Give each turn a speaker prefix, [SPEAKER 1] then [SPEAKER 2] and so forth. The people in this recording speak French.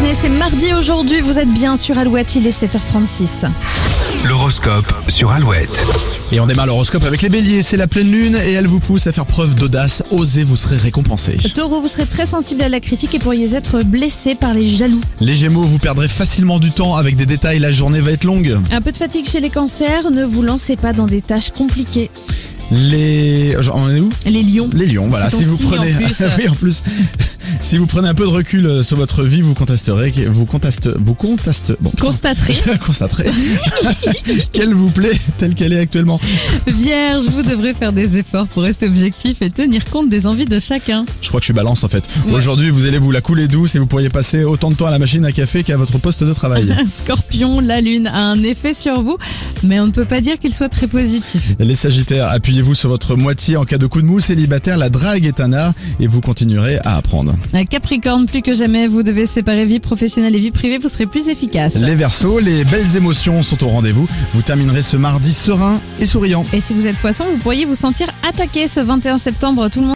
[SPEAKER 1] matinée, c'est mardi aujourd'hui, vous êtes bien sur Alouette, il est 7h36.
[SPEAKER 2] L'horoscope sur Alouette.
[SPEAKER 3] Et on démarre l'horoscope avec les béliers, c'est la pleine lune et elle vous pousse à faire preuve d'audace, osez, vous serez récompensé.
[SPEAKER 1] Taureau, vous serez très sensible à la critique et pourriez être blessé par les jaloux.
[SPEAKER 3] Les gémeaux, vous perdrez facilement du temps avec des détails, la journée va être longue.
[SPEAKER 1] Un peu de fatigue chez les cancers, ne vous lancez pas dans des tâches compliquées.
[SPEAKER 3] Les... genre, On en est où
[SPEAKER 1] Les lions.
[SPEAKER 3] Les lions, voilà,
[SPEAKER 1] ton
[SPEAKER 3] si vous
[SPEAKER 1] signe
[SPEAKER 3] prenez...
[SPEAKER 1] en plus, euh.
[SPEAKER 3] oui, en plus. si vous prenez un peu de recul euh, sur votre vie, vous contesterez... que- Vous conteste... Vous conteste... Bon, putain.
[SPEAKER 1] Constaterez,
[SPEAKER 3] Constaterez qu'elle vous plaît telle qu'elle est actuellement.
[SPEAKER 1] Vierge, vous devrez faire des efforts pour rester objectif et tenir compte des envies de chacun.
[SPEAKER 3] Je crois que je suis balance en fait.
[SPEAKER 1] Ouais.
[SPEAKER 3] Aujourd'hui, vous allez vous la couler douce et vous pourriez passer autant de temps à la machine à café qu'à votre poste de travail.
[SPEAKER 1] Scorpion, la lune a un effet sur vous, mais on ne peut pas dire qu'il soit très positif.
[SPEAKER 3] Les Sagittaires, appuyez-vous sur votre moitié en cas de coup de mou célibataire. La drague est un art et vous continuerez à apprendre.
[SPEAKER 1] Capricorne, plus que jamais, vous devez séparer vie professionnelle et vie privée, vous serez plus efficace.
[SPEAKER 3] Les Verseaux, les belles émotions sont au rendez-vous. Vous terminerez ce mardi serein et souriant.
[SPEAKER 1] Et si vous êtes poisson, vous pourriez vous sentir attaqué ce 21 septembre. Tout le monde